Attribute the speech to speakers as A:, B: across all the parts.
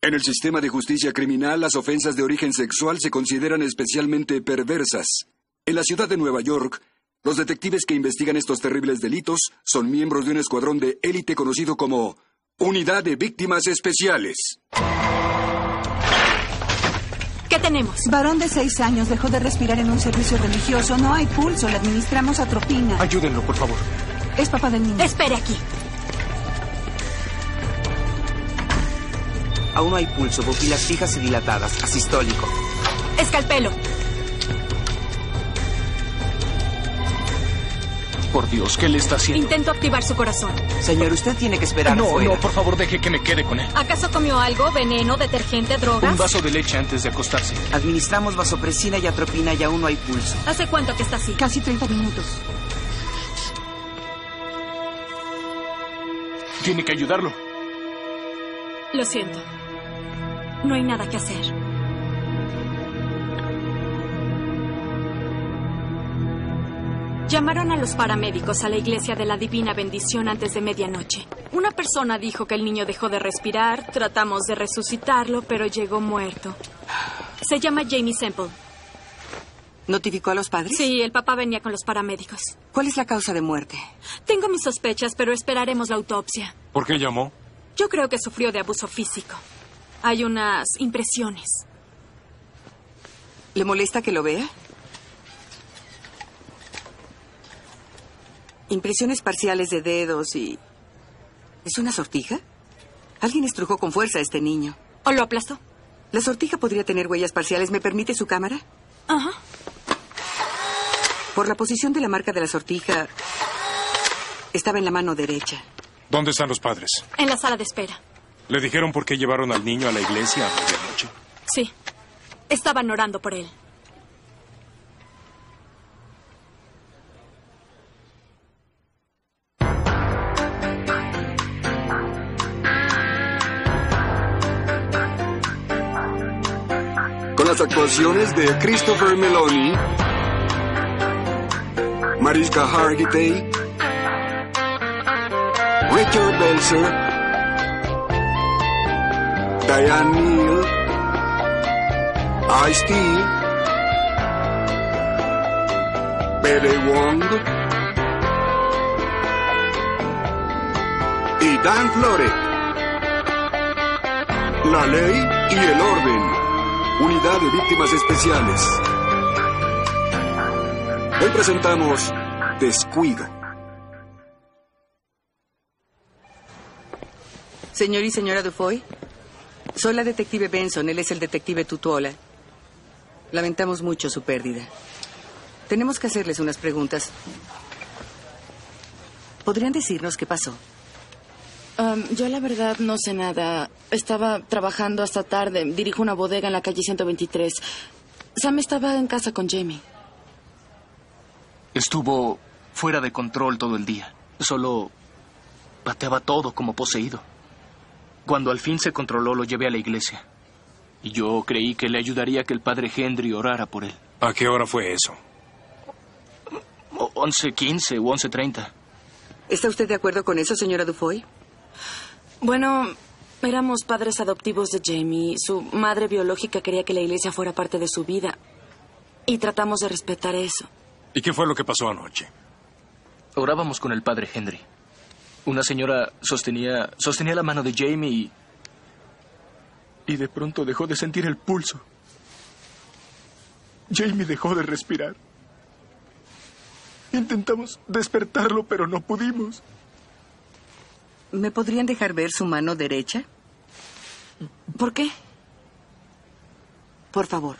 A: En el sistema de justicia criminal, las ofensas de origen sexual se consideran especialmente perversas. En la ciudad de Nueva York, los detectives que investigan estos terribles delitos son miembros de un escuadrón de élite conocido como Unidad de Víctimas Especiales.
B: ¿Qué tenemos?
C: Varón de seis años dejó de respirar en un servicio religioso. No hay pulso, le administramos atropina.
D: Ayúdenlo, por favor.
C: Es papá del niño.
B: Espere aquí.
E: Aún no hay pulso, pupilas fijas y dilatadas, asistólico.
B: Escalpelo.
D: Por Dios, ¿qué le está haciendo?
B: Intento activar su corazón.
E: Señor, usted tiene que esperar
D: no,
E: afuera.
D: no, por favor, deje que me quede con él.
B: ¿Acaso comió algo? ¿Veneno, detergente, drogas?
D: Un vaso de leche antes de acostarse.
E: Administramos vasopresina y atropina y aún no hay pulso.
B: ¿Hace cuánto que está así?
C: Casi 30 minutos.
D: Tiene que ayudarlo.
B: Lo siento. No hay nada que hacer. Llamaron a los paramédicos a la iglesia de la Divina Bendición antes de medianoche. Una persona dijo que el niño dejó de respirar, tratamos de resucitarlo, pero llegó muerto. Se llama Jamie Semple.
E: ¿Notificó a los padres?
B: Sí, el papá venía con los paramédicos.
E: ¿Cuál es la causa de muerte?
B: Tengo mis sospechas, pero esperaremos la autopsia.
D: ¿Por qué llamó?
B: Yo creo que sufrió de abuso físico. Hay unas impresiones.
E: ¿Le molesta que lo vea? Impresiones parciales de dedos y... ¿Es una sortija? Alguien estrujó con fuerza a este niño.
B: ¿O lo aplastó?
E: La sortija podría tener huellas parciales. ¿Me permite su cámara?
B: Ajá.
E: Por la posición de la marca de la sortija... Estaba en la mano derecha.
D: ¿Dónde están los padres?
B: En la sala de espera.
D: ¿Le dijeron por qué llevaron al niño a la iglesia a medianoche?
B: Sí. Estaban orando por él.
A: Con las actuaciones de Christopher Meloni, Mariska Hargitay, Richard Belzer, Diane Neal, Ice-T, Bede Wong y Dan Flore. La ley y el orden. Unidad de Víctimas Especiales. Hoy presentamos Descuida.
E: Señor y señora Dufoy, soy la detective Benson, él es el detective Tutuola. Lamentamos mucho su pérdida. Tenemos que hacerles unas preguntas. ¿Podrían decirnos qué pasó?
F: Am, yo la verdad no sé nada. Estaba trabajando hasta tarde. Dirijo una bodega en la calle 123. Sam estaba en casa con Jamie.
G: Estuvo fuera de control todo el día. Solo pateaba todo como poseído. Cuando al fin se controló, lo llevé a la iglesia. Y yo creí que le ayudaría que el padre Henry orara por él.
D: ¿A qué hora fue eso?
G: O- 11.15 u 11.30.
E: ¿Está usted de acuerdo con eso, señora Dufoy?
F: Bueno, éramos padres adoptivos de Jamie. Su madre biológica quería que la iglesia fuera parte de su vida. Y tratamos de respetar eso.
D: ¿Y qué fue lo que pasó anoche?
G: Orábamos con el padre Henry. Una señora sostenía, sostenía la mano de Jamie y... Y de pronto dejó de sentir el pulso. Jamie dejó de respirar. Intentamos despertarlo, pero no pudimos.
E: ¿Me podrían dejar ver su mano derecha?
F: ¿Por qué?
E: Por favor.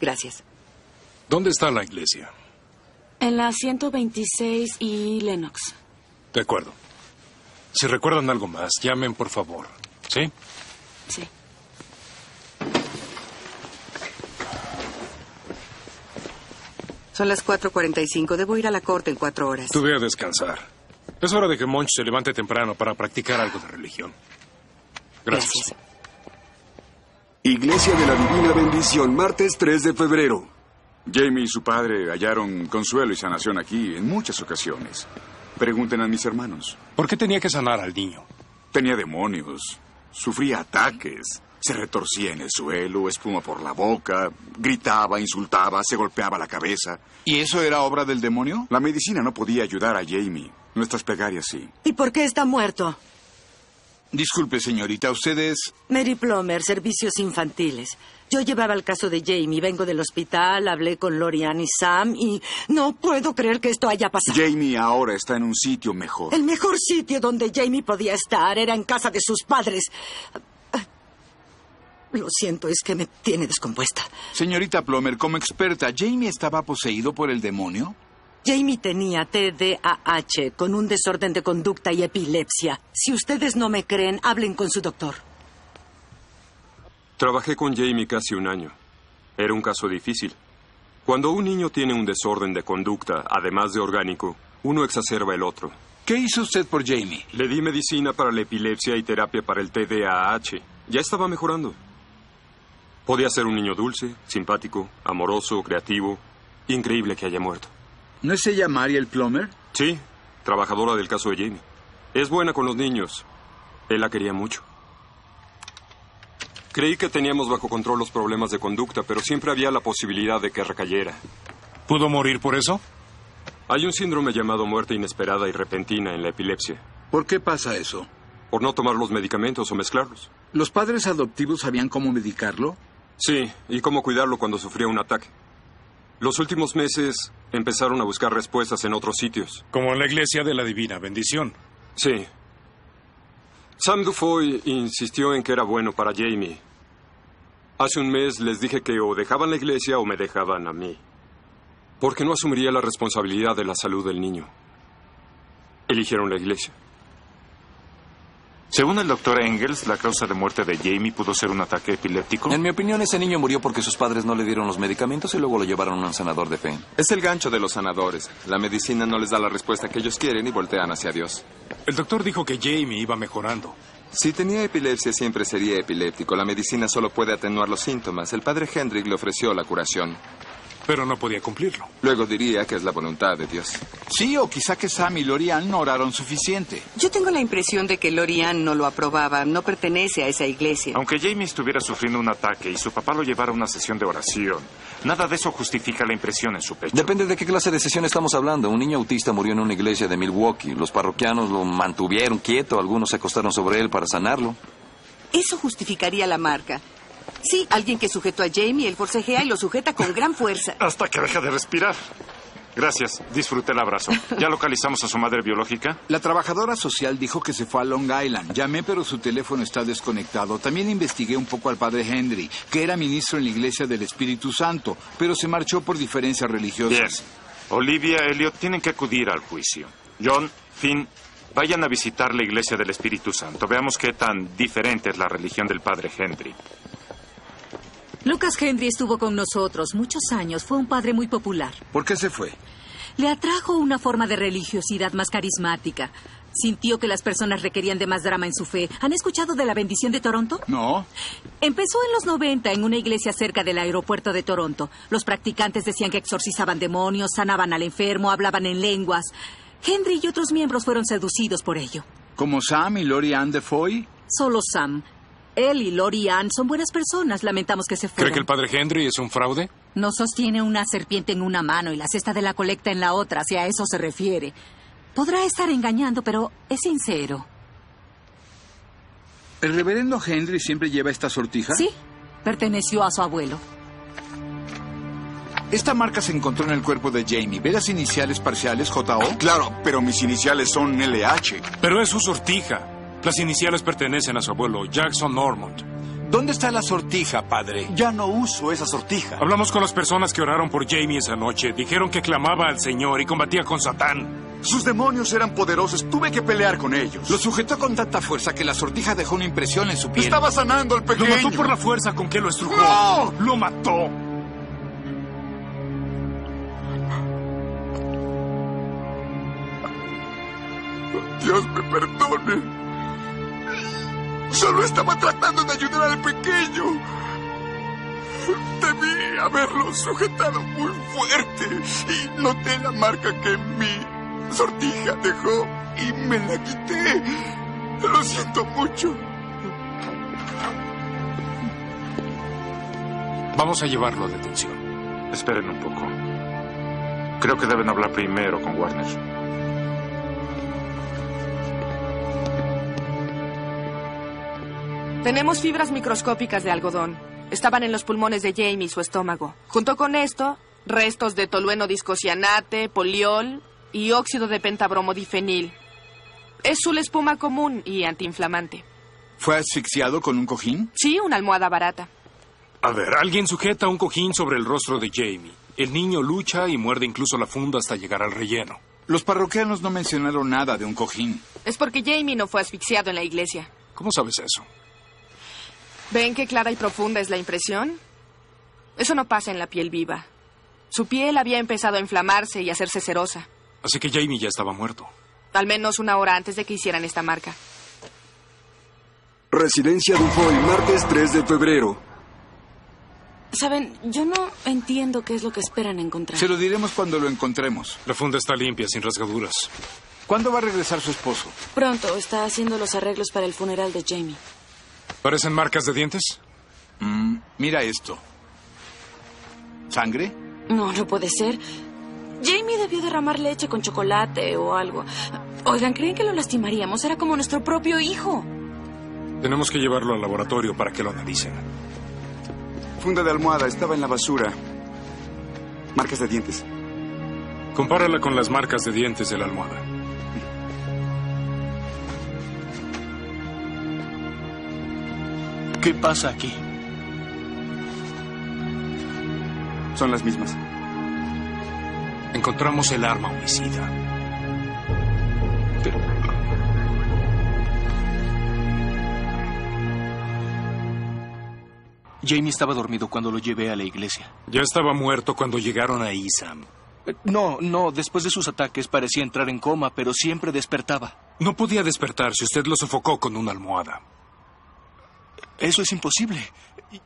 E: Gracias.
D: ¿Dónde está la iglesia?
F: En la 126 y Lennox.
D: De acuerdo. Si recuerdan algo más, llamen, por favor. ¿Sí?
F: Sí.
E: Son las 4.45. Debo ir a la corte en cuatro horas.
D: Tú ve a descansar. Es hora de que Monch se levante temprano para practicar algo de religión. Gracias.
E: Gracias.
A: Iglesia de la Divina Bendición, martes 3 de febrero.
H: Jamie y su padre hallaron consuelo y sanación aquí en muchas ocasiones.
I: Pregunten a mis hermanos.
D: ¿Por qué tenía que sanar al niño?
I: Tenía demonios, Pues, sufría ataques, se retorcía en el suelo, espuma por la boca, gritaba, insultaba, se golpeaba la cabeza.
J: ¿Y eso era obra del demonio?
I: La medicina no podía ayudar a Jamie. Nuestras plegarias sí.
K: ¿Y por qué está muerto?
J: Disculpe, señorita, ustedes...
K: Mary Plummer, servicios infantiles. Yo llevaba el caso de Jamie, vengo del hospital, hablé con Lorian y Sam y no puedo creer que esto haya pasado.
I: Jamie ahora está en un sitio mejor.
K: El mejor sitio donde Jamie podía estar era en casa de sus padres. Lo siento, es que me tiene descompuesta.
J: Señorita Plummer, como experta, ¿Jamie estaba poseído por el demonio?
K: Jamie tenía TDAH con un desorden de conducta y epilepsia. Si ustedes no me creen, hablen con su doctor.
H: Trabajé con Jamie casi un año. Era un caso difícil. Cuando un niño tiene un desorden de conducta, además de orgánico, uno exacerba el otro.
J: ¿Qué hizo usted por Jamie?
H: Le di medicina para la epilepsia y terapia para el TDAH. Ya estaba mejorando. Podía ser un niño dulce, simpático, amoroso, creativo. Increíble que haya muerto.
J: ¿No es ella Mariel Plummer?
H: Sí, trabajadora del caso de Jamie. Es buena con los niños. Él la quería mucho. Creí que teníamos bajo control los problemas de conducta, pero siempre había la posibilidad de que recayera.
D: ¿Pudo morir por eso?
H: Hay un síndrome llamado muerte inesperada y repentina en la epilepsia.
J: ¿Por qué pasa eso?
H: Por no tomar los medicamentos o mezclarlos.
J: ¿Los padres adoptivos sabían cómo medicarlo?
H: Sí, y cómo cuidarlo cuando sufría un ataque. Los últimos meses empezaron a buscar respuestas en otros sitios.
D: Como en la iglesia de la divina bendición.
H: Sí. Sam Dufoy insistió en que era bueno para Jamie. Hace un mes les dije que o dejaban la iglesia o me dejaban a mí. Porque no asumiría la responsabilidad de la salud del niño. Eligieron la iglesia.
L: Según el doctor Engels, la causa de muerte de Jamie pudo ser un ataque epiléptico.
M: En mi opinión, ese niño murió porque sus padres no le dieron los medicamentos y luego lo llevaron a un sanador de fe.
N: Es el gancho de los sanadores. La medicina no les da la respuesta que ellos quieren y voltean hacia Dios.
D: El doctor dijo que Jamie iba mejorando.
N: Si tenía epilepsia siempre sería epiléptico. La medicina solo puede atenuar los síntomas. El padre Hendrick le ofreció la curación.
D: Pero no podía cumplirlo.
N: Luego diría que es la voluntad de Dios.
J: Sí, o quizá que Sam y Lorian no oraron suficiente.
O: Yo tengo la impresión de que Lorian no lo aprobaba, no pertenece a esa iglesia.
L: Aunque Jamie estuviera sufriendo un ataque y su papá lo llevara a una sesión de oración, nada de eso justifica la impresión en su pecho.
M: Depende de qué clase de sesión estamos hablando. Un niño autista murió en una iglesia de Milwaukee. Los parroquianos lo mantuvieron quieto, algunos se acostaron sobre él para sanarlo.
O: Eso justificaría la marca. Sí, alguien que sujetó a Jamie, él forcejea y lo sujeta con gran fuerza.
L: Hasta que deja de respirar. Gracias, disfruté el abrazo. ¿Ya localizamos a su madre biológica?
J: La trabajadora social dijo que se fue a Long Island. Llamé, pero su teléfono está desconectado. También investigué un poco al padre Henry, que era ministro en la iglesia del Espíritu Santo, pero se marchó por diferencias religiosas.
L: Bien. Olivia, Elliot, tienen que acudir al juicio. John, Finn, vayan a visitar la iglesia del Espíritu Santo. Veamos qué tan diferente es la religión del padre Henry.
P: Lucas Henry estuvo con nosotros muchos años. Fue un padre muy popular.
J: ¿Por qué se fue?
P: Le atrajo una forma de religiosidad más carismática. Sintió que las personas requerían de más drama en su fe. ¿Han escuchado de la bendición de Toronto?
J: No.
P: Empezó en los 90 en una iglesia cerca del aeropuerto de Toronto. Los practicantes decían que exorcizaban demonios, sanaban al enfermo, hablaban en lenguas. Henry y otros miembros fueron seducidos por ello.
J: ¿Como Sam y Lori Ann Defoy?
P: Solo Sam. Él y Lori Ann son buenas personas. Lamentamos que se fueran.
D: ¿Cree que el padre Henry es un fraude?
P: No sostiene una serpiente en una mano y la cesta de la colecta en la otra, si a eso se refiere. Podrá estar engañando, pero es sincero.
J: ¿El reverendo Henry siempre lleva esta sortija?
P: Sí, perteneció a su abuelo.
J: Esta marca se encontró en el cuerpo de Jamie. ¿Ve las iniciales parciales, JO?
I: Claro, pero mis iniciales son LH.
D: Pero es su sortija. Las iniciales pertenecen a su abuelo, Jackson Normond.
J: ¿Dónde está la sortija, padre?
M: Ya no uso esa sortija.
D: Hablamos con las personas que oraron por Jamie esa noche. Dijeron que clamaba al Señor y combatía con Satán.
I: Sus demonios eran poderosos. Tuve que pelear con ellos.
J: Lo sujetó con tanta fuerza que la sortija dejó una impresión en su piel.
I: Estaba sanando al pequeño.
D: Lo mató por la fuerza con que lo estrujó. ¡No! ¡Lo mató!
I: Dios me perdone. Solo estaba tratando de ayudar al pequeño. Debí haberlo sujetado muy fuerte y noté la marca que en mí sortija dejó y me la quité. Lo siento mucho.
D: Vamos a llevarlo a detención.
L: Esperen un poco. Creo que deben hablar primero con Warner.
Q: Tenemos fibras microscópicas de algodón. Estaban en los pulmones de Jamie y su estómago. Junto con esto, restos de tolueno discocianate, poliol y óxido de pentabromodifenil. Es una espuma común y antiinflamante.
J: ¿Fue asfixiado con un cojín?
Q: Sí, una almohada barata.
D: A ver, alguien sujeta un cojín sobre el rostro de Jamie. El niño lucha y muerde incluso la funda hasta llegar al relleno.
J: Los parroquianos no mencionaron nada de un cojín.
Q: Es porque Jamie no fue asfixiado en la iglesia.
D: ¿Cómo sabes eso?
Q: ¿Ven qué clara y profunda es la impresión? Eso no pasa en la piel viva. Su piel había empezado a inflamarse y a hacerse cerosa,
D: Así que Jamie ya estaba muerto.
Q: al menos una hora antes de que hicieran esta marca.
A: Residencia Dufoy, martes 3 de febrero.
F: Saben, yo no entiendo qué es lo que esperan encontrar.
J: Se lo diremos cuando lo encontremos.
D: La funda está limpia, sin rasgaduras.
J: ¿Cuándo va a regresar su esposo?
F: Pronto está haciendo los arreglos para el funeral de Jamie.
D: ¿Parecen marcas de dientes?
J: Mm, mira esto. ¿Sangre?
F: No, no puede ser. Jamie debió derramar leche con chocolate o algo. Oigan, ¿creen que lo lastimaríamos? Era como nuestro propio hijo.
D: Tenemos que llevarlo al laboratorio para que lo analicen.
I: Funda de almohada estaba en la basura. Marcas de dientes.
D: Compárala con las marcas de dientes de la almohada.
G: ¿Qué pasa aquí?
I: Son las mismas.
D: Encontramos el arma homicida.
G: Jamie estaba dormido cuando lo llevé a la iglesia.
D: Ya estaba muerto cuando llegaron ahí, Sam.
G: Eh, No, no, después de sus ataques parecía entrar en coma, pero siempre despertaba.
D: No podía despertar si usted lo sofocó con una almohada.
G: Eso es imposible.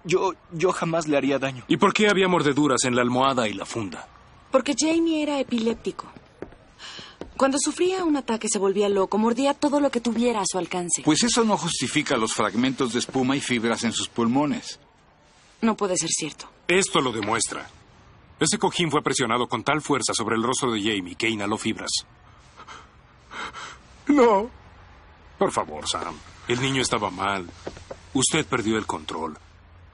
G: Yo, yo jamás le haría daño.
D: ¿Y por qué había mordeduras en la almohada y la funda?
F: Porque Jamie era epiléptico. Cuando sufría un ataque se volvía loco, mordía todo lo que tuviera a su alcance.
J: Pues eso no justifica los fragmentos de espuma y fibras en sus pulmones.
F: No puede ser cierto.
D: Esto lo demuestra. Ese cojín fue presionado con tal fuerza sobre el rostro de Jamie que inhaló fibras.
I: No.
D: Por favor, Sam. El niño estaba mal. Usted perdió el control.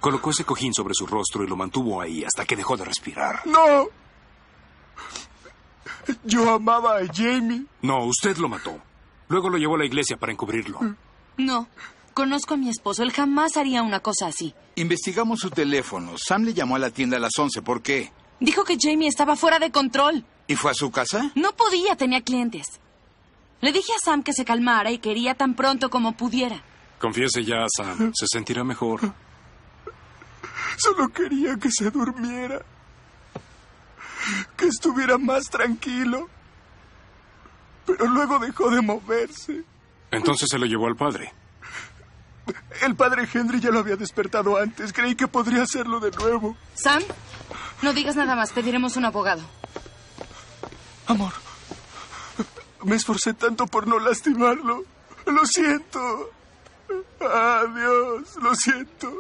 D: Colocó ese cojín sobre su rostro y lo mantuvo ahí hasta que dejó de respirar.
I: No. Yo amaba a Jamie.
D: No, usted lo mató. Luego lo llevó a la iglesia para encubrirlo.
P: No, conozco a mi esposo. Él jamás haría una cosa así.
J: Investigamos su teléfono. Sam le llamó a la tienda a las 11. ¿Por qué?
P: Dijo que Jamie estaba fuera de control.
J: ¿Y fue a su casa?
P: No podía, tenía clientes. Le dije a Sam que se calmara y quería tan pronto como pudiera.
D: Confiese ya, Sam. Se sentirá mejor.
I: Solo quería que se durmiera. Que estuviera más tranquilo. Pero luego dejó de moverse.
D: Entonces se lo llevó al padre.
I: El padre Henry ya lo había despertado antes. Creí que podría hacerlo de nuevo.
P: Sam, no digas nada más. Pediremos un abogado.
I: Amor. Me esforcé tanto por no lastimarlo. Lo siento. Adiós. Lo siento.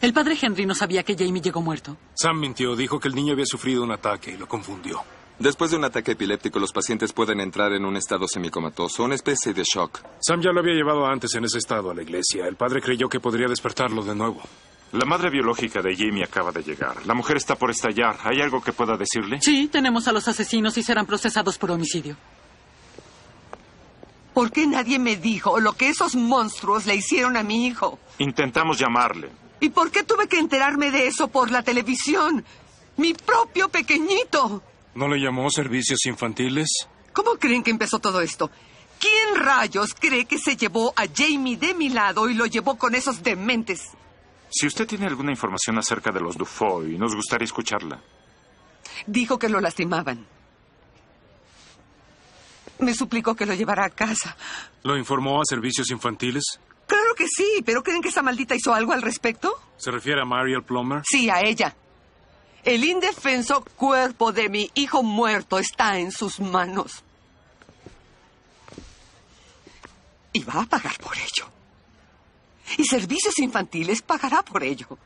R: El padre Henry no sabía que Jamie llegó muerto.
D: Sam mintió. Dijo que el niño había sufrido un ataque y lo confundió.
N: Después de un ataque epiléptico, los pacientes pueden entrar en un estado semicomatoso, una especie de shock.
D: Sam ya lo había llevado antes en ese estado a la iglesia. El padre creyó que podría despertarlo de nuevo.
L: La madre biológica de Jamie acaba de llegar. La mujer está por estallar. ¿Hay algo que pueda decirle?
R: Sí, tenemos a los asesinos y serán procesados por homicidio.
S: ¿Por qué nadie me dijo lo que esos monstruos le hicieron a mi hijo?
L: Intentamos llamarle.
S: ¿Y por qué tuve que enterarme de eso por la televisión? Mi propio pequeñito.
D: ¿No le llamó servicios infantiles?
S: ¿Cómo creen que empezó todo esto? ¿Quién rayos cree que se llevó a Jamie de mi lado y lo llevó con esos dementes?
L: Si usted tiene alguna información acerca de los Dufoy, nos gustaría escucharla.
S: Dijo que lo lastimaban. Me suplicó que lo llevara a casa.
D: ¿Lo informó a servicios infantiles?
S: Claro que sí, pero ¿creen que esa maldita hizo algo al respecto?
D: ¿Se refiere a Mariel Plummer?
S: Sí, a ella. El indefenso cuerpo de mi hijo muerto está en sus manos. Y va a pagar por ello. Y Servicios Infantiles pagará por ello.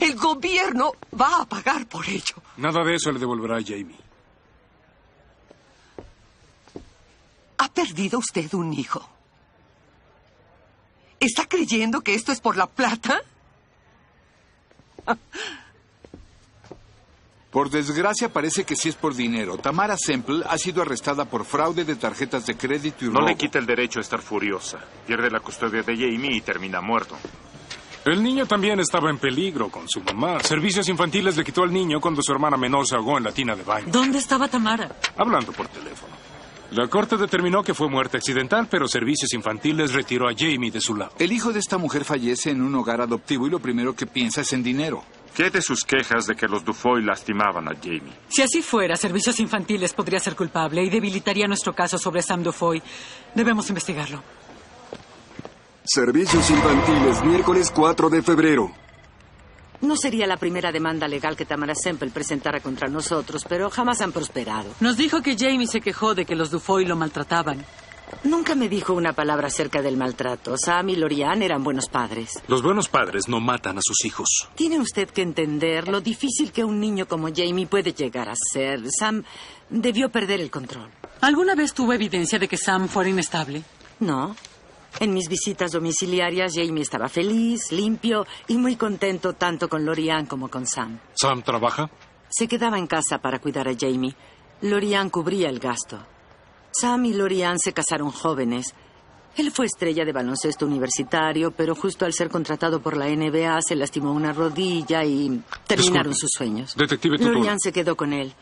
S: El gobierno va a pagar por ello.
D: Nada de eso le devolverá a Jamie.
S: Ha perdido usted un hijo. ¿Está creyendo que esto es por la plata?
J: Por desgracia parece que sí es por dinero. Tamara Semple ha sido arrestada por fraude de tarjetas de crédito y
L: No
J: robo.
L: le quita el derecho a estar furiosa. Pierde la custodia de Jamie y termina muerto.
D: El niño también estaba en peligro con su mamá. Servicios infantiles le quitó al niño cuando su hermana menor se ahogó en la tina de baño.
R: ¿Dónde estaba Tamara?
D: Hablando por teléfono. La corte determinó que fue muerte accidental, pero Servicios Infantiles retiró a Jamie de su lado.
J: El hijo de esta mujer fallece en un hogar adoptivo y lo primero que piensa es en dinero.
L: ¿Qué de sus quejas de que los Dufoy lastimaban a Jamie?
R: Si así fuera, Servicios Infantiles podría ser culpable y debilitaría nuestro caso sobre Sam Dufoy. Debemos investigarlo.
A: Servicios infantiles, miércoles 4 de febrero.
K: No sería la primera demanda legal que Tamara Semple presentara contra nosotros, pero jamás han prosperado.
R: Nos dijo que Jamie se quejó de que los Dufoy lo maltrataban.
K: Nunca me dijo una palabra acerca del maltrato. Sam y Lorian eran buenos padres.
D: Los buenos padres no matan a sus hijos.
K: Tiene usted que entender lo difícil que un niño como Jamie puede llegar a ser. Sam debió perder el control.
R: ¿Alguna vez tuvo evidencia de que Sam fuera inestable?
K: No. En mis visitas domiciliarias, Jamie estaba feliz, limpio y muy contento tanto con Lorian como con Sam.
D: ¿Sam trabaja?
K: Se quedaba en casa para cuidar a Jamie. Lorian cubría el gasto. Sam y Lorian se casaron jóvenes. Él fue estrella de baloncesto universitario, pero justo al ser contratado por la NBA se lastimó una rodilla y terminaron
D: Disculpe.
K: sus sueños.
D: Detective Tutul.
K: Lorian se quedó con él.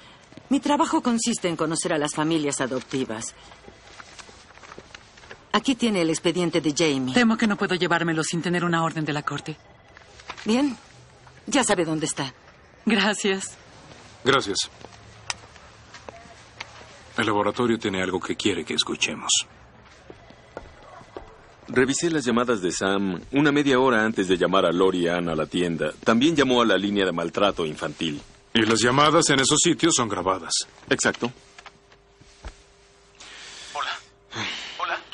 K: Mi trabajo consiste en conocer a las familias adoptivas. Aquí tiene el expediente de Jamie.
R: Temo que no puedo llevármelo sin tener una orden de la corte.
K: Bien, ya sabe dónde está.
R: Gracias.
D: Gracias. El laboratorio tiene algo que quiere que escuchemos.
T: Revisé las llamadas de Sam una media hora antes de llamar a Lori Ann a la tienda. También llamó a la línea de maltrato infantil.
D: Y las llamadas en esos sitios son grabadas.
T: Exacto.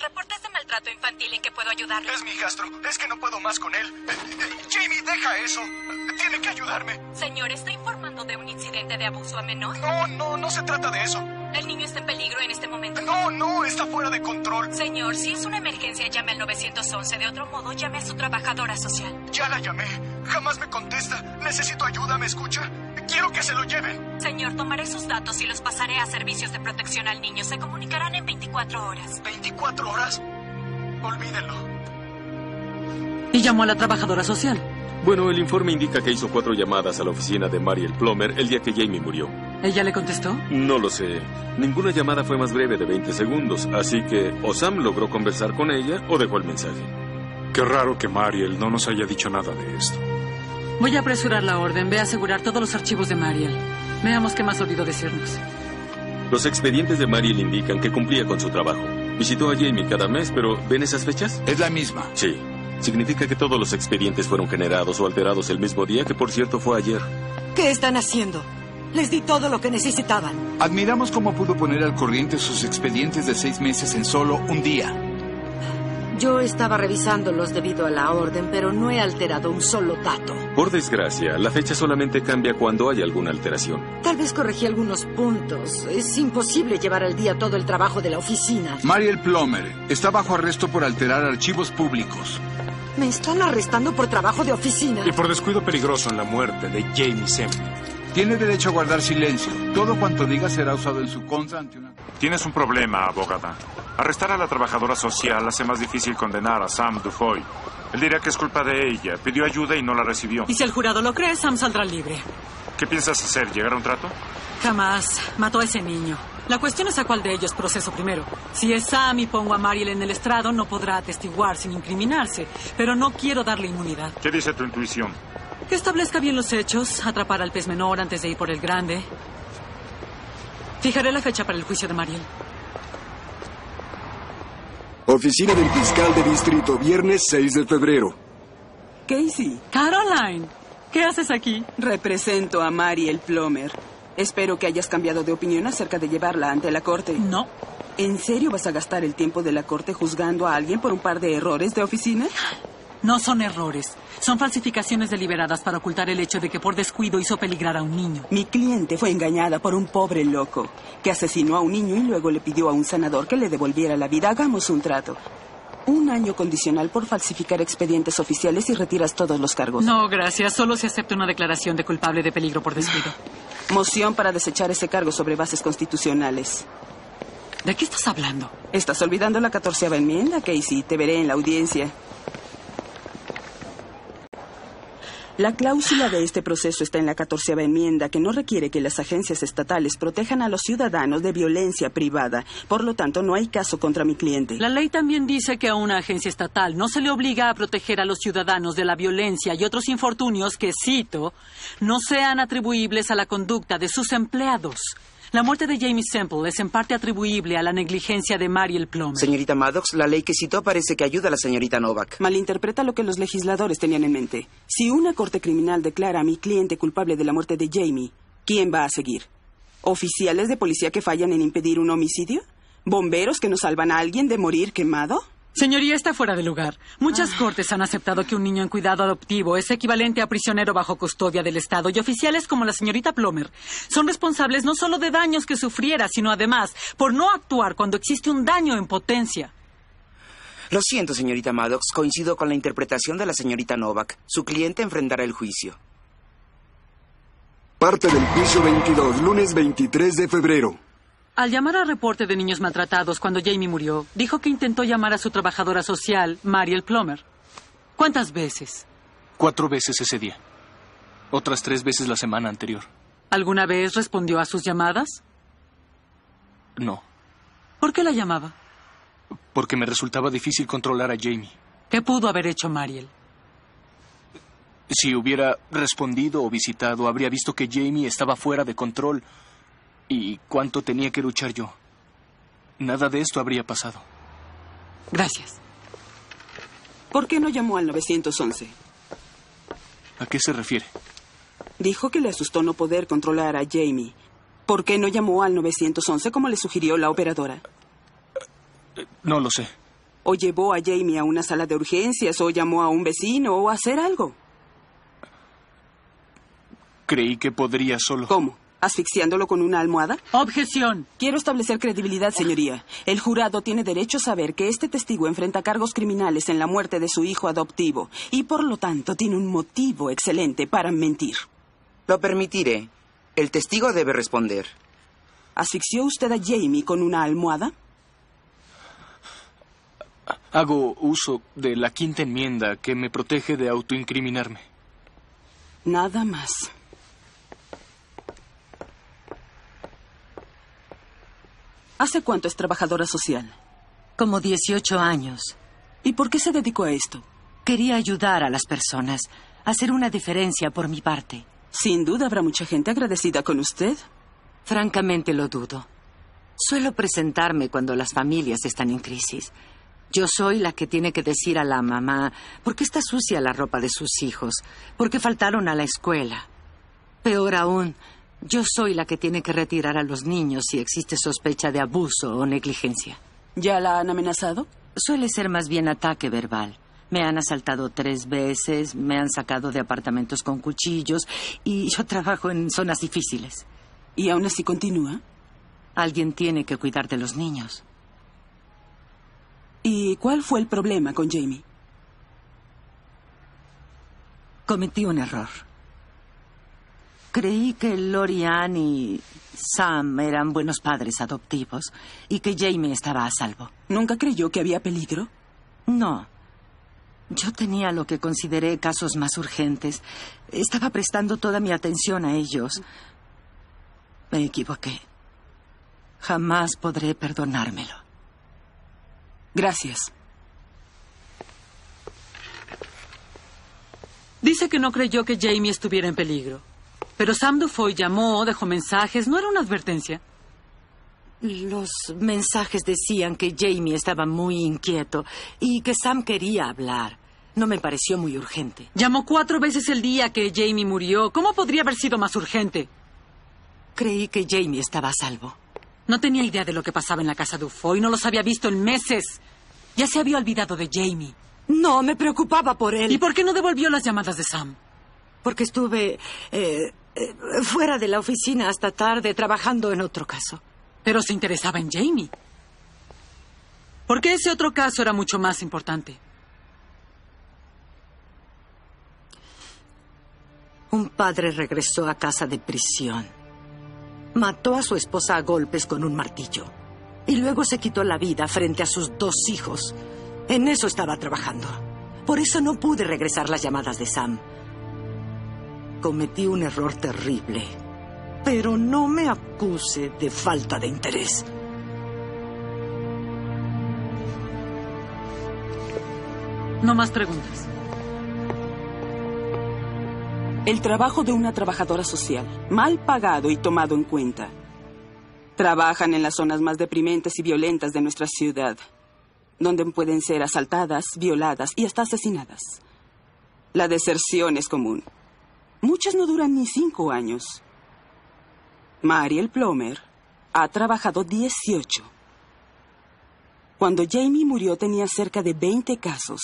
U: ¿Reportes de maltrato infantil en que puedo ayudarle?
V: Es mi hijastro. Es que no puedo más con él. Eh, eh, Jamie, deja eso. Eh, Tiene que ayudarme.
U: Señor, ¿está informando de un incidente de abuso a menor?
V: No, no, no se trata de eso.
U: ¿El niño está en peligro en este momento?
V: No, no, está fuera de control.
U: Señor, si es una emergencia, llame al 911. De otro modo, llame a su trabajadora social.
V: Ya la llamé. Jamás me contesta. Necesito ayuda, ¿me escucha? Quiero que se lo lleven.
U: Señor, tomaré sus datos y los pasaré a servicios de protección al niño. Se comunicarán en 24 horas.
V: ¿24 horas? Olvídenlo.
R: Y llamó a la trabajadora social.
T: Bueno, el informe indica que hizo cuatro llamadas a la oficina de Mariel Plummer el día que Jamie murió.
R: ¿Ella le contestó?
T: No lo sé. Ninguna llamada fue más breve de 20 segundos, así que o Sam logró conversar con ella o dejó el mensaje.
D: Qué raro que Mariel no nos haya dicho nada de esto.
R: Voy a apresurar la orden. Ve a asegurar todos los archivos de Mariel. Veamos qué más olvidó decirnos.
T: Los expedientes de Mariel indican que cumplía con su trabajo. Visitó a Jamie cada mes, pero ¿ven esas fechas?
J: Es la misma.
T: Sí. Significa que todos los expedientes fueron generados o alterados el mismo día, que por cierto fue ayer.
K: ¿Qué están haciendo? Les di todo lo que necesitaban.
J: Admiramos cómo pudo poner al corriente sus expedientes de seis meses en solo un día.
K: Yo estaba revisándolos debido a la orden, pero no he alterado un solo dato.
T: Por desgracia, la fecha solamente cambia cuando hay alguna alteración.
K: Tal vez corregí algunos puntos. Es imposible llevar al día todo el trabajo de la oficina.
J: Mariel Plummer está bajo arresto por alterar archivos públicos.
K: Me están arrestando por trabajo de oficina.
D: Y por descuido peligroso en la muerte de Jamie Semple.
J: Tiene derecho a guardar silencio. Todo cuanto diga será usado en su contra ante una...
L: Tienes un problema, abogada. Arrestar a la trabajadora social hace más difícil condenar a Sam Dufoy. Él dirá que es culpa de ella. Pidió ayuda y no la recibió.
R: Y si el jurado lo cree, Sam saldrá libre.
L: ¿Qué piensas hacer? ¿Llegar a un trato?
R: Jamás. Mató a ese niño. La cuestión es a cuál de ellos proceso primero. Si es Sam y pongo a Mariel en el estrado, no podrá atestiguar sin incriminarse. Pero no quiero darle inmunidad.
L: ¿Qué dice tu intuición?
R: Que establezca bien los hechos, atrapar al pez menor antes de ir por el grande. Fijaré la fecha para el juicio de Mariel.
A: Oficina del fiscal de distrito, viernes 6 de febrero.
R: Casey. Caroline.
W: ¿Qué haces aquí? Represento a Mari el Plomer. Espero que hayas cambiado de opinión acerca de llevarla ante la corte.
R: No.
W: ¿En serio vas a gastar el tiempo de la corte juzgando a alguien por un par de errores de oficina?
R: No son errores. Son falsificaciones deliberadas para ocultar el hecho de que por descuido hizo peligrar a un niño.
W: Mi cliente fue engañada por un pobre loco que asesinó a un niño y luego le pidió a un sanador que le devolviera la vida. Hagamos un trato. Un año condicional por falsificar expedientes oficiales y retiras todos los cargos.
R: No, gracias. Solo se acepta una declaración de culpable de peligro por descuido.
W: Moción para desechar ese cargo sobre bases constitucionales.
R: ¿De qué estás hablando?
W: Estás olvidando la catorceava enmienda, Casey. Te veré en la audiencia. La cláusula de este proceso está en la catorceava enmienda, que no requiere que las agencias estatales protejan a los ciudadanos de violencia privada. Por lo tanto, no hay caso contra mi cliente.
R: La ley también dice que a una agencia estatal no se le obliga a proteger a los ciudadanos de la violencia y otros infortunios que, cito, no sean atribuibles a la conducta de sus empleados. La muerte de Jamie Semple es en parte atribuible a la negligencia de Mariel Plum.
X: Señorita Maddox, la ley que citó parece que ayuda a la señorita Novak.
W: Malinterpreta lo que los legisladores tenían en mente. Si una corte criminal declara a mi cliente culpable de la muerte de Jamie, ¿quién va a seguir? ¿Oficiales de policía que fallan en impedir un homicidio? ¿Bomberos que no salvan a alguien de morir quemado?
R: Señoría, está fuera de lugar. Muchas cortes han aceptado que un niño en cuidado adoptivo es equivalente a prisionero bajo custodia del Estado y oficiales como la señorita Plomer son responsables no solo de daños que sufriera, sino además por no actuar cuando existe un daño en potencia.
X: Lo siento, señorita Maddox, coincido con la interpretación de la señorita Novak. Su cliente enfrentará el juicio.
A: Parte del piso 22, lunes 23 de febrero.
R: Al llamar a reporte de niños maltratados cuando Jamie murió, dijo que intentó llamar a su trabajadora social, Mariel Plummer. ¿Cuántas veces?
G: Cuatro veces ese día. Otras tres veces la semana anterior.
R: ¿Alguna vez respondió a sus llamadas?
G: No,
R: ¿Por qué la llamaba?
G: porque me resultaba difícil controlar a Jamie.
R: ¿Qué pudo haber hecho Mariel?
G: Si hubiera respondido o visitado, habría visto que Jamie estaba fuera de control y cuánto tenía que luchar yo. Nada de esto habría pasado.
R: Gracias.
W: ¿Por qué no llamó al 911?
G: ¿A qué se refiere?
W: Dijo que le asustó no poder controlar a Jamie. ¿Por qué no llamó al 911 como le sugirió la operadora?
G: No lo sé.
W: ¿O llevó a Jamie a una sala de urgencias, o llamó a un vecino, o a hacer algo?
G: Creí que podría solo.
W: ¿Cómo? ¿Asfixiándolo con una almohada?
R: Objeción.
W: Quiero establecer credibilidad, señoría. El jurado tiene derecho a saber que este testigo enfrenta cargos criminales en la muerte de su hijo adoptivo y por lo tanto tiene un motivo excelente para mentir.
X: Lo permitiré. El testigo debe responder.
W: ¿Asfixió usted a Jamie con una almohada?
G: Hago uso de la quinta enmienda que me protege de autoincriminarme.
W: Nada más. ¿Hace cuánto es trabajadora social?
K: Como 18 años.
W: ¿Y por qué se dedicó a esto?
K: Quería ayudar a las personas, hacer una diferencia por mi parte.
W: Sin duda habrá mucha gente agradecida con usted.
K: Francamente lo dudo. Suelo presentarme cuando las familias están en crisis. Yo soy la que tiene que decir a la mamá por qué está sucia la ropa de sus hijos, por qué faltaron a la escuela. Peor aún, yo soy la que tiene que retirar a los niños si existe sospecha de abuso o negligencia.
W: ¿Ya la han amenazado?
K: Suele ser más bien ataque verbal. Me han asaltado tres veces, me han sacado de apartamentos con cuchillos y yo trabajo en zonas difíciles.
W: ¿Y aún así continúa?
K: Alguien tiene que cuidar de los niños.
W: ¿Y cuál fue el problema con Jamie?
K: Cometí un error. Creí que Lorian y Sam eran buenos padres adoptivos y que Jamie estaba a salvo.
W: ¿Nunca creyó que había peligro?
K: No. Yo tenía lo que consideré casos más urgentes. Estaba prestando toda mi atención a ellos. Me equivoqué. Jamás podré perdonármelo.
W: Gracias.
R: Dice que no creyó que Jamie estuviera en peligro. Pero Sam Dufoy llamó, dejó mensajes, no era una advertencia.
K: Los mensajes decían que Jamie estaba muy inquieto y que Sam quería hablar. No me pareció muy urgente.
R: Llamó cuatro veces el día que Jamie murió. ¿Cómo podría haber sido más urgente?
K: Creí que Jamie estaba a salvo.
R: No tenía idea de lo que pasaba en la casa de Ufoy. No los había visto en meses. Ya se había olvidado de Jamie.
K: No, me preocupaba por él.
R: ¿Y por qué no devolvió las llamadas de Sam?
K: Porque estuve eh, eh, fuera de la oficina hasta tarde trabajando en otro caso.
R: Pero se interesaba en Jamie. Porque ese otro caso era mucho más importante.
K: Un padre regresó a casa de prisión. Mató a su esposa a golpes con un martillo. Y luego se quitó la vida frente a sus dos hijos. En eso estaba trabajando. Por eso no pude regresar las llamadas de Sam. Cometí un error terrible. Pero no me acuse de falta de interés.
R: No más preguntas.
W: El trabajo de una trabajadora social, mal pagado y tomado en cuenta. Trabajan en las zonas más deprimentes y violentas de nuestra ciudad, donde pueden ser asaltadas, violadas y hasta asesinadas. La deserción es común. Muchas no duran ni cinco años. Mariel Plomer ha trabajado 18. Cuando Jamie murió tenía cerca de 20 casos.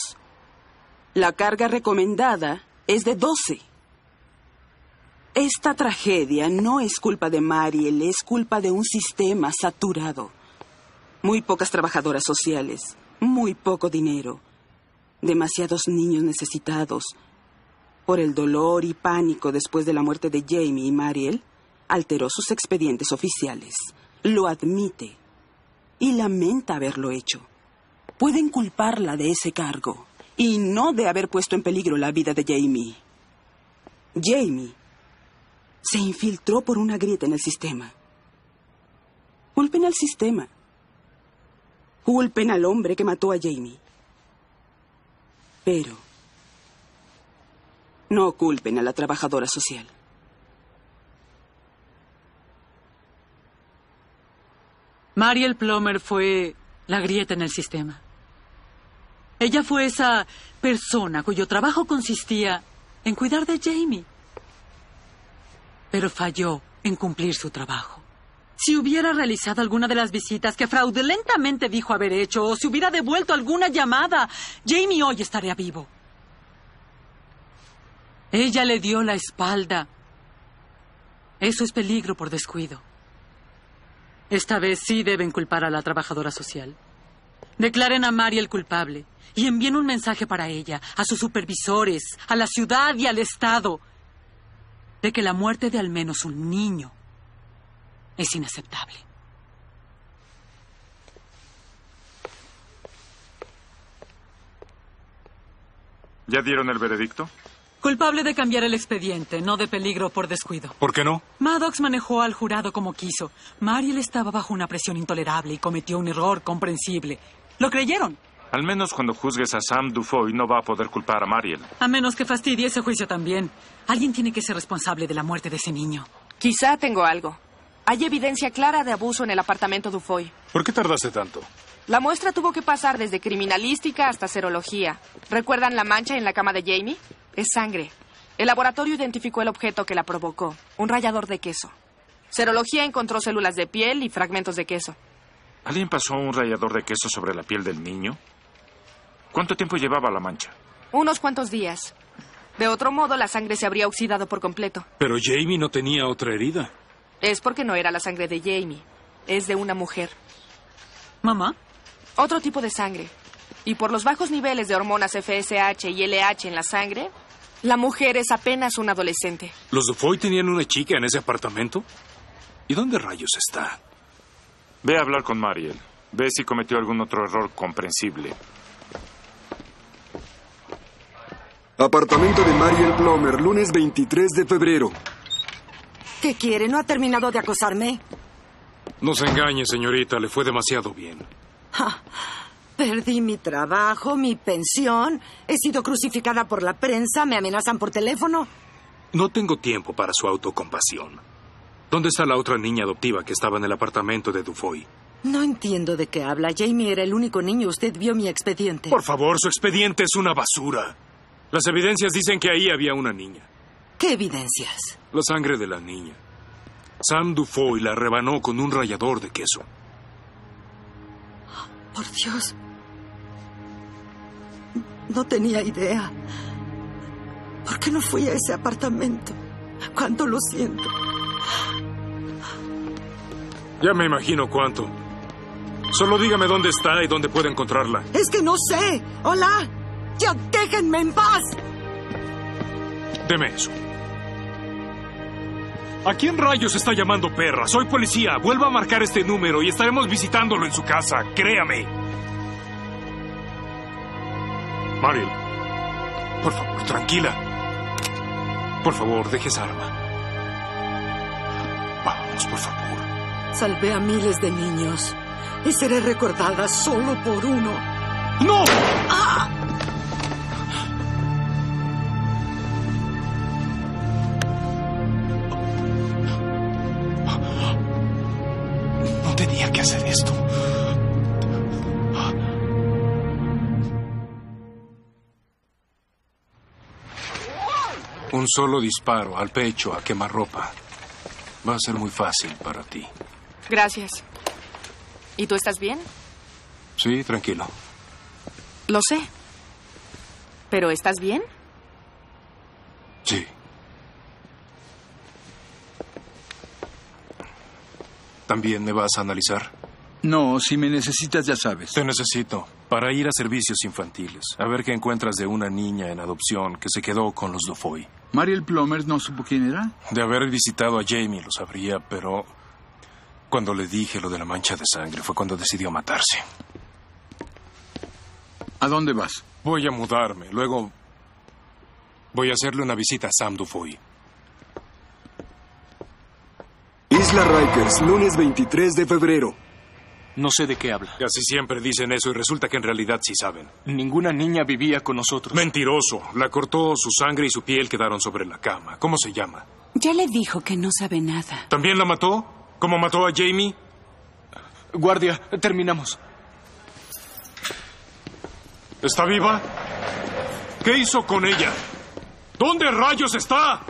W: La carga recomendada es de 12. Esta tragedia no es culpa de Mariel, es culpa de un sistema saturado. Muy pocas trabajadoras sociales, muy poco dinero, demasiados niños necesitados. Por el dolor y pánico después de la muerte de Jamie y Mariel, alteró sus expedientes oficiales. Lo admite y lamenta haberlo hecho. Pueden culparla de ese cargo y no de haber puesto en peligro la vida de Jamie. Jamie se infiltró por una grieta en el sistema. Culpen al sistema. Culpen al hombre que mató a Jamie. Pero no culpen a la trabajadora social.
R: Mariel Plomer fue la grieta en el sistema. Ella fue esa persona cuyo trabajo consistía en cuidar de Jamie pero falló en cumplir su trabajo. Si hubiera realizado alguna de las visitas que fraudulentamente dijo haber hecho, o si hubiera devuelto alguna llamada, Jamie hoy estaría vivo. Ella le dio la espalda. Eso es peligro por descuido. Esta vez sí deben culpar a la trabajadora social. Declaren a Mari el culpable y envíen un mensaje para ella, a sus supervisores, a la ciudad y al Estado de que la muerte de al menos un niño es inaceptable.
L: ¿Ya dieron el veredicto?
R: Culpable de cambiar el expediente, no de peligro por descuido.
D: ¿Por qué no?
R: Maddox manejó al jurado como quiso. Mariel estaba bajo una presión intolerable y cometió un error comprensible. Lo creyeron,
L: Al menos cuando juzgues a Sam Dufoy no va a poder culpar a Mariel.
R: a menos que fastidie ese juicio también. Alguien tiene que ser responsable de la muerte de ese niño.
Q: Quizá tengo algo. Hay evidencia clara de abuso en el apartamento Dufoy.
D: ¿Por qué tardaste tanto?
Q: La muestra tuvo que pasar desde criminalística hasta serología. ¿Recuerdan la mancha en la cama de Jamie? Es sangre. El laboratorio identificó el objeto que la provocó, un rallador de queso. Serología encontró células de piel y fragmentos de queso.
L: ¿Alguien pasó un rallador de queso sobre la piel del niño? ¿Cuánto tiempo llevaba la mancha?
Q: Unos cuantos días. De otro modo, la sangre se habría oxidado por completo.
D: Pero Jamie no tenía otra herida.
Q: Es porque no era la sangre de Jamie. Es de una mujer.
R: ¿Mamá?
Q: Otro tipo de sangre. Y por los bajos niveles de hormonas FSH y LH en la sangre, la mujer es apenas un adolescente.
D: ¿Los Dufoy tenían una chica en ese apartamento? ¿Y dónde rayos está?
L: Ve a hablar con Mariel. Ve si cometió algún otro error comprensible.
A: Apartamento de Mariel Plomer, lunes 23 de febrero.
K: ¿Qué quiere? ¿No ha terminado de acosarme?
D: No se engañe, señorita, le fue demasiado bien.
K: Ja, perdí mi trabajo, mi pensión. He sido crucificada por la prensa. Me amenazan por teléfono.
D: No tengo tiempo para su autocompasión. ¿Dónde está la otra niña adoptiva que estaba en el apartamento de Dufoy?
K: No entiendo de qué habla. Jamie era el único niño. Usted vio mi expediente.
D: Por favor, su expediente es una basura. Las evidencias dicen que ahí había una niña.
K: ¿Qué evidencias?
D: La sangre de la niña. Sam Dufoy la rebanó con un rallador de queso.
K: Por Dios. No tenía idea. ¿Por qué no fui a ese apartamento? Cuánto lo siento.
D: Ya me imagino cuánto. Solo dígame dónde está y dónde puedo encontrarla.
K: Es que no sé. Hola. Ya déjenme en paz.
D: Deme eso. ¿A quién rayos está llamando perra? Soy policía. Vuelva a marcar este número y estaremos visitándolo en su casa. Créame. Mariel. Por favor, tranquila. Por favor, deje esa arma. Vamos, por favor.
K: Salvé a miles de niños y seré recordada solo por uno.
D: ¡No!
V: No tenía que hacer esto.
D: Un solo disparo al pecho a quemarropa. Va a ser muy fácil para ti.
Q: Gracias. ¿Y tú estás bien?
D: Sí, tranquilo.
Q: Lo sé. ¿Pero estás bien?
D: Sí. ¿También me vas a analizar?
J: No, si me necesitas ya sabes.
D: Te necesito para ir a servicios infantiles, a ver qué encuentras de una niña en adopción que se quedó con los Dufoy.
J: Mariel Plummer no supo quién era.
D: De haber visitado a Jamie lo sabría, pero cuando le dije lo de la mancha de sangre fue cuando decidió matarse.
J: ¿A dónde vas?
D: Voy a mudarme, luego voy a hacerle una visita a Sam Dufoy.
A: Isla Rikers, lunes 23 de febrero.
G: No sé de qué habla.
D: Casi siempre dicen eso y resulta que en realidad sí saben.
G: Ninguna niña vivía con nosotros.
D: Mentiroso. La cortó, su sangre y su piel quedaron sobre la cama. ¿Cómo se llama?
B: Ya le dijo que no sabe nada.
D: ¿También la mató? ¿Cómo mató a Jamie?
G: Guardia, terminamos.
D: ¿Está viva? ¿Qué hizo con ella? ¿Dónde rayos está?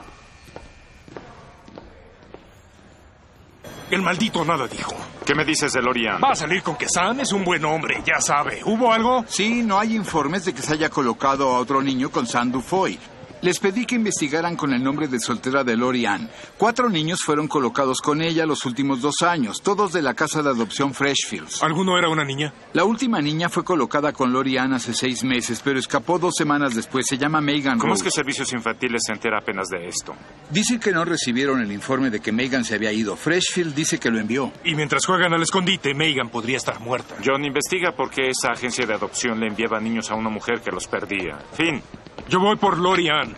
D: El maldito nada dijo.
L: ¿Qué me dices de Lorian?
D: Va a salir con que Sam es un buen hombre, ya sabe. ¿Hubo algo?
J: Sí, no hay informes de que se haya colocado a otro niño con Sam Dufoy. Les pedí que investigaran con el nombre de soltera de Lori Ann. Cuatro niños fueron colocados con ella los últimos dos años, todos de la casa de adopción Freshfields.
D: ¿Alguno era una niña?
J: La última niña fue colocada con Lori Ann hace seis meses, pero escapó dos semanas después. Se llama Megan
L: ¿Cómo es
J: Rose.
L: que Servicios Infantiles se entera apenas de esto?
J: Dicen que no recibieron el informe de que Megan se había ido. Freshfield dice que lo envió.
D: Y mientras juegan al escondite, Megan podría estar muerta.
L: John investiga por qué esa agencia de adopción le enviaba niños a una mujer que los perdía. Fin.
D: Yo voy por Lorian.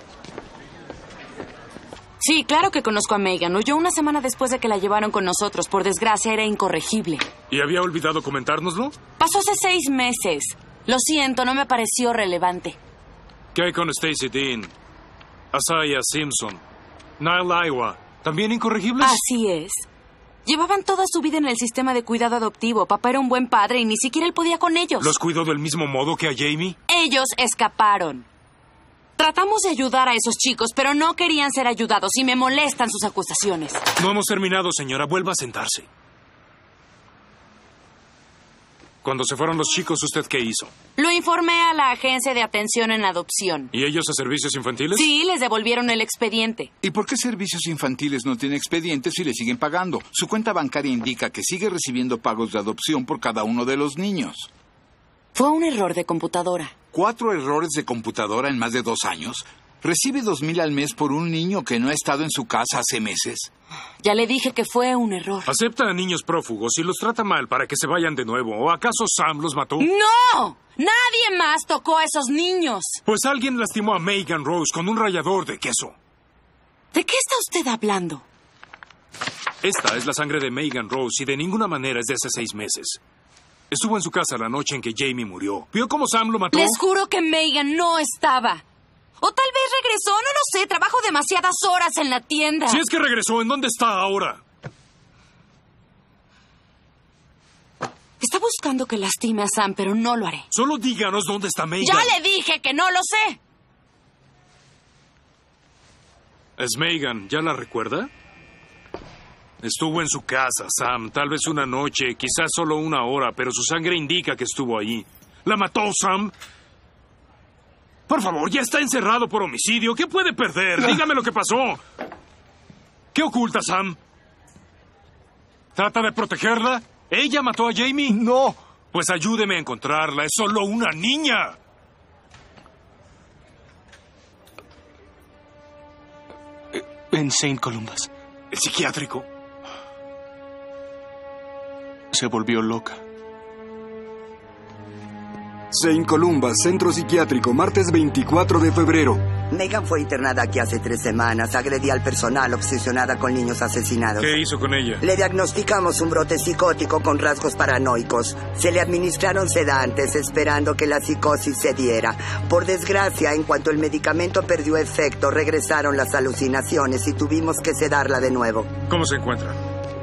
F: Sí, claro que conozco a Megan. Huyó una semana después de que la llevaron con nosotros. Por desgracia, era incorregible.
D: ¿Y había olvidado comentárnoslo?
F: Pasó hace seis meses. Lo siento, no me pareció relevante.
D: ¿Qué hay con Stacy Dean? Asaya Simpson. Nile Iowa. ¿También
G: Ah,
D: incorregibles?
F: Así es. Llevaban toda su vida en el sistema de cuidado adoptivo. Papá era un buen padre y ni siquiera él podía con ellos.
D: ¿Los cuidó del mismo modo que a Jamie?
F: Ellos escaparon. Tratamos de ayudar a esos chicos, pero no querían ser ayudados y me molestan sus acusaciones.
D: No hemos terminado, señora. Vuelva a sentarse. Cuando se fueron los chicos, ¿usted qué hizo?
F: Lo informé a la agencia de atención en adopción.
D: ¿Y ellos a servicios infantiles?
F: Sí, les devolvieron el expediente.
J: ¿Y por qué Servicios Infantiles no tiene expedientes si le siguen pagando? Su cuenta bancaria indica que sigue recibiendo pagos de adopción por cada uno de los niños.
F: Fue un error de computadora.
J: ¿Cuatro errores de computadora en más de dos años? ¿Recibe dos mil al mes por un niño que no ha estado en su casa hace meses?
F: Ya le dije que fue un error.
D: Acepta a niños prófugos y los trata mal para que se vayan de nuevo. ¿O acaso Sam los mató?
F: ¡No! Nadie más tocó a esos niños.
D: Pues alguien lastimó a Megan Rose con un rallador de queso.
F: ¿De qué está usted hablando?
D: Esta es la sangre de Megan Rose y de ninguna manera es de hace seis meses. Estuvo en su casa la noche en que Jamie murió. ¿Vio cómo Sam lo mató?
F: Les juro que Megan no estaba. O tal vez regresó, no lo sé. Trabajo demasiadas horas en la tienda.
D: Si es que regresó, ¿en dónde está ahora?
U: Está buscando que lastime a Sam, pero no lo haré.
D: Solo díganos dónde está Megan.
U: Ya le dije que no lo sé.
D: Es Megan, ¿ya la recuerda? Estuvo en su casa, Sam, tal vez una noche, quizás solo una hora, pero su sangre indica que estuvo allí. ¿La mató, Sam? Por favor, ya está encerrado por homicidio. ¿Qué puede perder? Dígame lo que pasó. ¿Qué oculta, Sam? ¿Trata de protegerla? ¿Ella mató a Jamie? No. Pues ayúdeme a encontrarla. Es solo una niña.
G: En Saint Columbus.
D: El psiquiátrico.
G: Se volvió loca.
A: Saint Columbus, Centro Psiquiátrico, martes 24 de febrero.
O: Megan fue internada aquí hace tres semanas. Agredía al personal, obsesionada con niños asesinados.
D: ¿Qué hizo con ella?
O: Le diagnosticamos un brote psicótico con rasgos paranoicos. Se le administraron sedantes esperando que la psicosis se diera. Por desgracia, en cuanto el medicamento perdió efecto, regresaron las alucinaciones y tuvimos que sedarla de nuevo.
D: ¿Cómo se encuentra?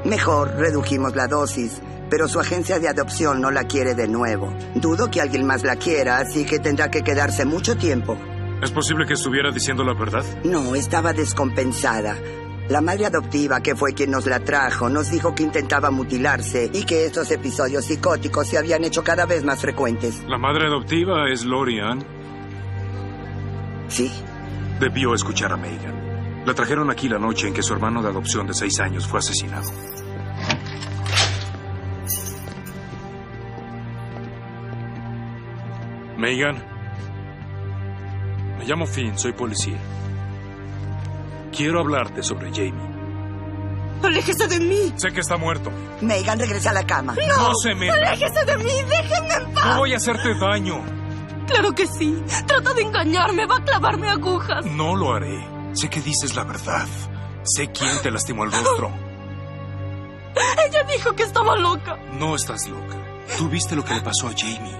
O: Mejor, redujimos la dosis, pero su agencia de adopción no la quiere de nuevo. Dudo que alguien más la quiera, así que tendrá que quedarse mucho tiempo.
D: ¿Es posible que estuviera diciendo la verdad?
O: No, estaba descompensada. La madre adoptiva, que fue quien nos la trajo, nos dijo que intentaba mutilarse y que estos episodios psicóticos se habían hecho cada vez más frecuentes.
D: La madre adoptiva es Lori Ann.
O: Sí.
D: Debió escuchar a Megan. La trajeron aquí la noche en que su hermano de adopción de seis años fue asesinado. Megan. Me llamo Finn, soy policía. Quiero hablarte sobre Jamie.
O: ¡Aléjese de mí!
D: Sé que está muerto.
O: Megan, regresa a la cama.
D: No, No se meta.
O: ¡Aléjese de mí! ¡Déjenme en
D: No voy a hacerte daño.
U: Claro que sí. Trata de engañarme, va a clavarme agujas.
D: No lo haré. Sé que dices la verdad. Sé quién te lastimó el rostro.
U: Ella dijo que estaba loca.
D: No estás loca. Tú viste lo que le pasó a Jamie.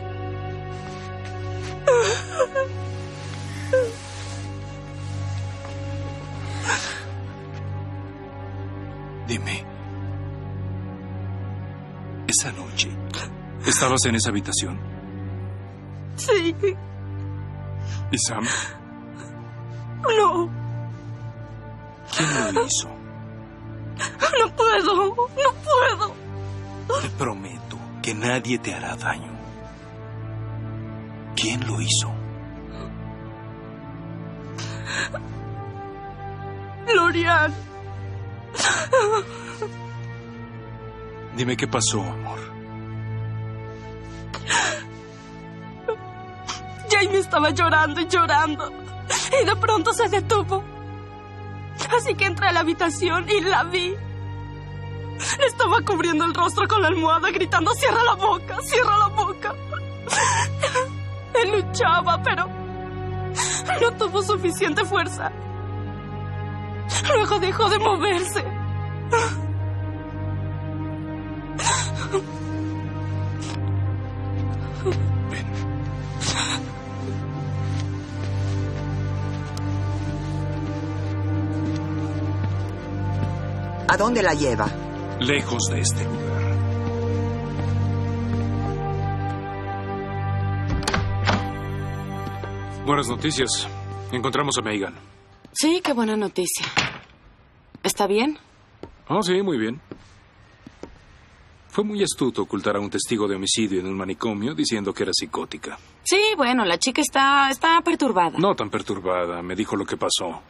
D: Dime. Esa noche. ¿Estabas en esa habitación?
U: Sí.
D: ¿Y Sam?
U: No,
D: ¿Quién lo hizo?
U: no puedo. No puedo.
D: Te prometo que nadie te hará daño. ¿Quién lo hizo?
U: Lorian.
D: Dime qué pasó, amor.
U: Jamie estaba llorando y llorando. Y de pronto se detuvo. Así que entré a la habitación y la vi. Le estaba cubriendo el rostro con la almohada, gritando, cierra la boca, cierra la boca. Él luchaba, pero no tuvo suficiente fuerza. Luego dejó de moverse.
O: ¿A dónde la lleva?
D: Lejos de este lugar. Buenas noticias. Encontramos a Megan.
F: Sí, qué buena noticia. ¿Está bien?
D: Oh, sí, muy bien. Fue muy astuto ocultar a un testigo de homicidio en un manicomio diciendo que era psicótica.
F: Sí, bueno, la chica está, está perturbada.
D: No tan perturbada, me dijo lo que pasó.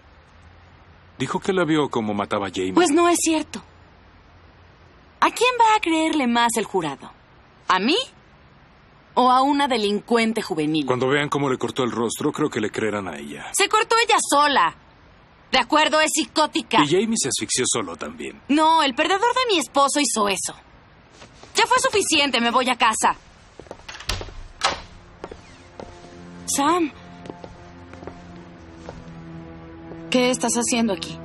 D: Dijo que la vio como mataba a Jamie.
F: Pues no es cierto.
U: ¿A quién va a creerle más el jurado? ¿A mí? ¿O a una delincuente juvenil?
D: Cuando vean cómo le cortó el rostro, creo que le creerán a ella.
U: Se cortó ella sola. De acuerdo, es psicótica.
D: Y Jamie se asfixió solo también.
U: No, el perdedor de mi esposo hizo eso. Ya fue suficiente, me voy a casa.
F: Sam. ¿Qué estás haciendo aquí?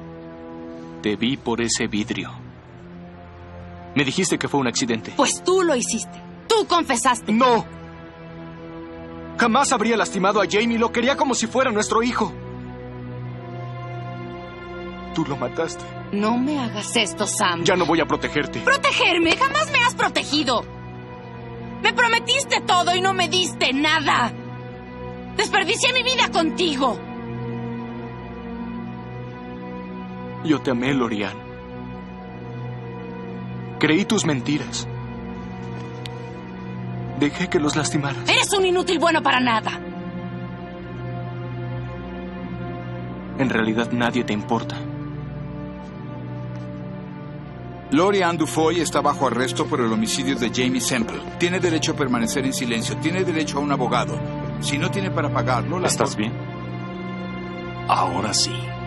G: Te vi por ese vidrio. Me dijiste que fue un accidente.
U: Pues tú lo hiciste. Tú confesaste.
G: No. Jamás habría lastimado a Jamie. Lo quería como si fuera nuestro hijo. Tú lo mataste.
U: No me hagas esto, Sam.
G: Ya no voy a protegerte.
U: ¡Protegerme! ¡Jamás me has protegido!
F: Me prometiste todo y no me diste nada. Desperdicié mi vida contigo.
G: Yo te amé, Lorian. Creí tus mentiras. Dejé que los lastimaras.
F: Eres un inútil bueno para nada.
G: En realidad nadie te importa.
J: Lorian Dufoy está bajo arresto por el homicidio de Jamie Semple. Tiene derecho a permanecer en silencio. Tiene derecho a un abogado. Si no tiene para pagarlo, la
D: ¿Estás bien? Ahora sí.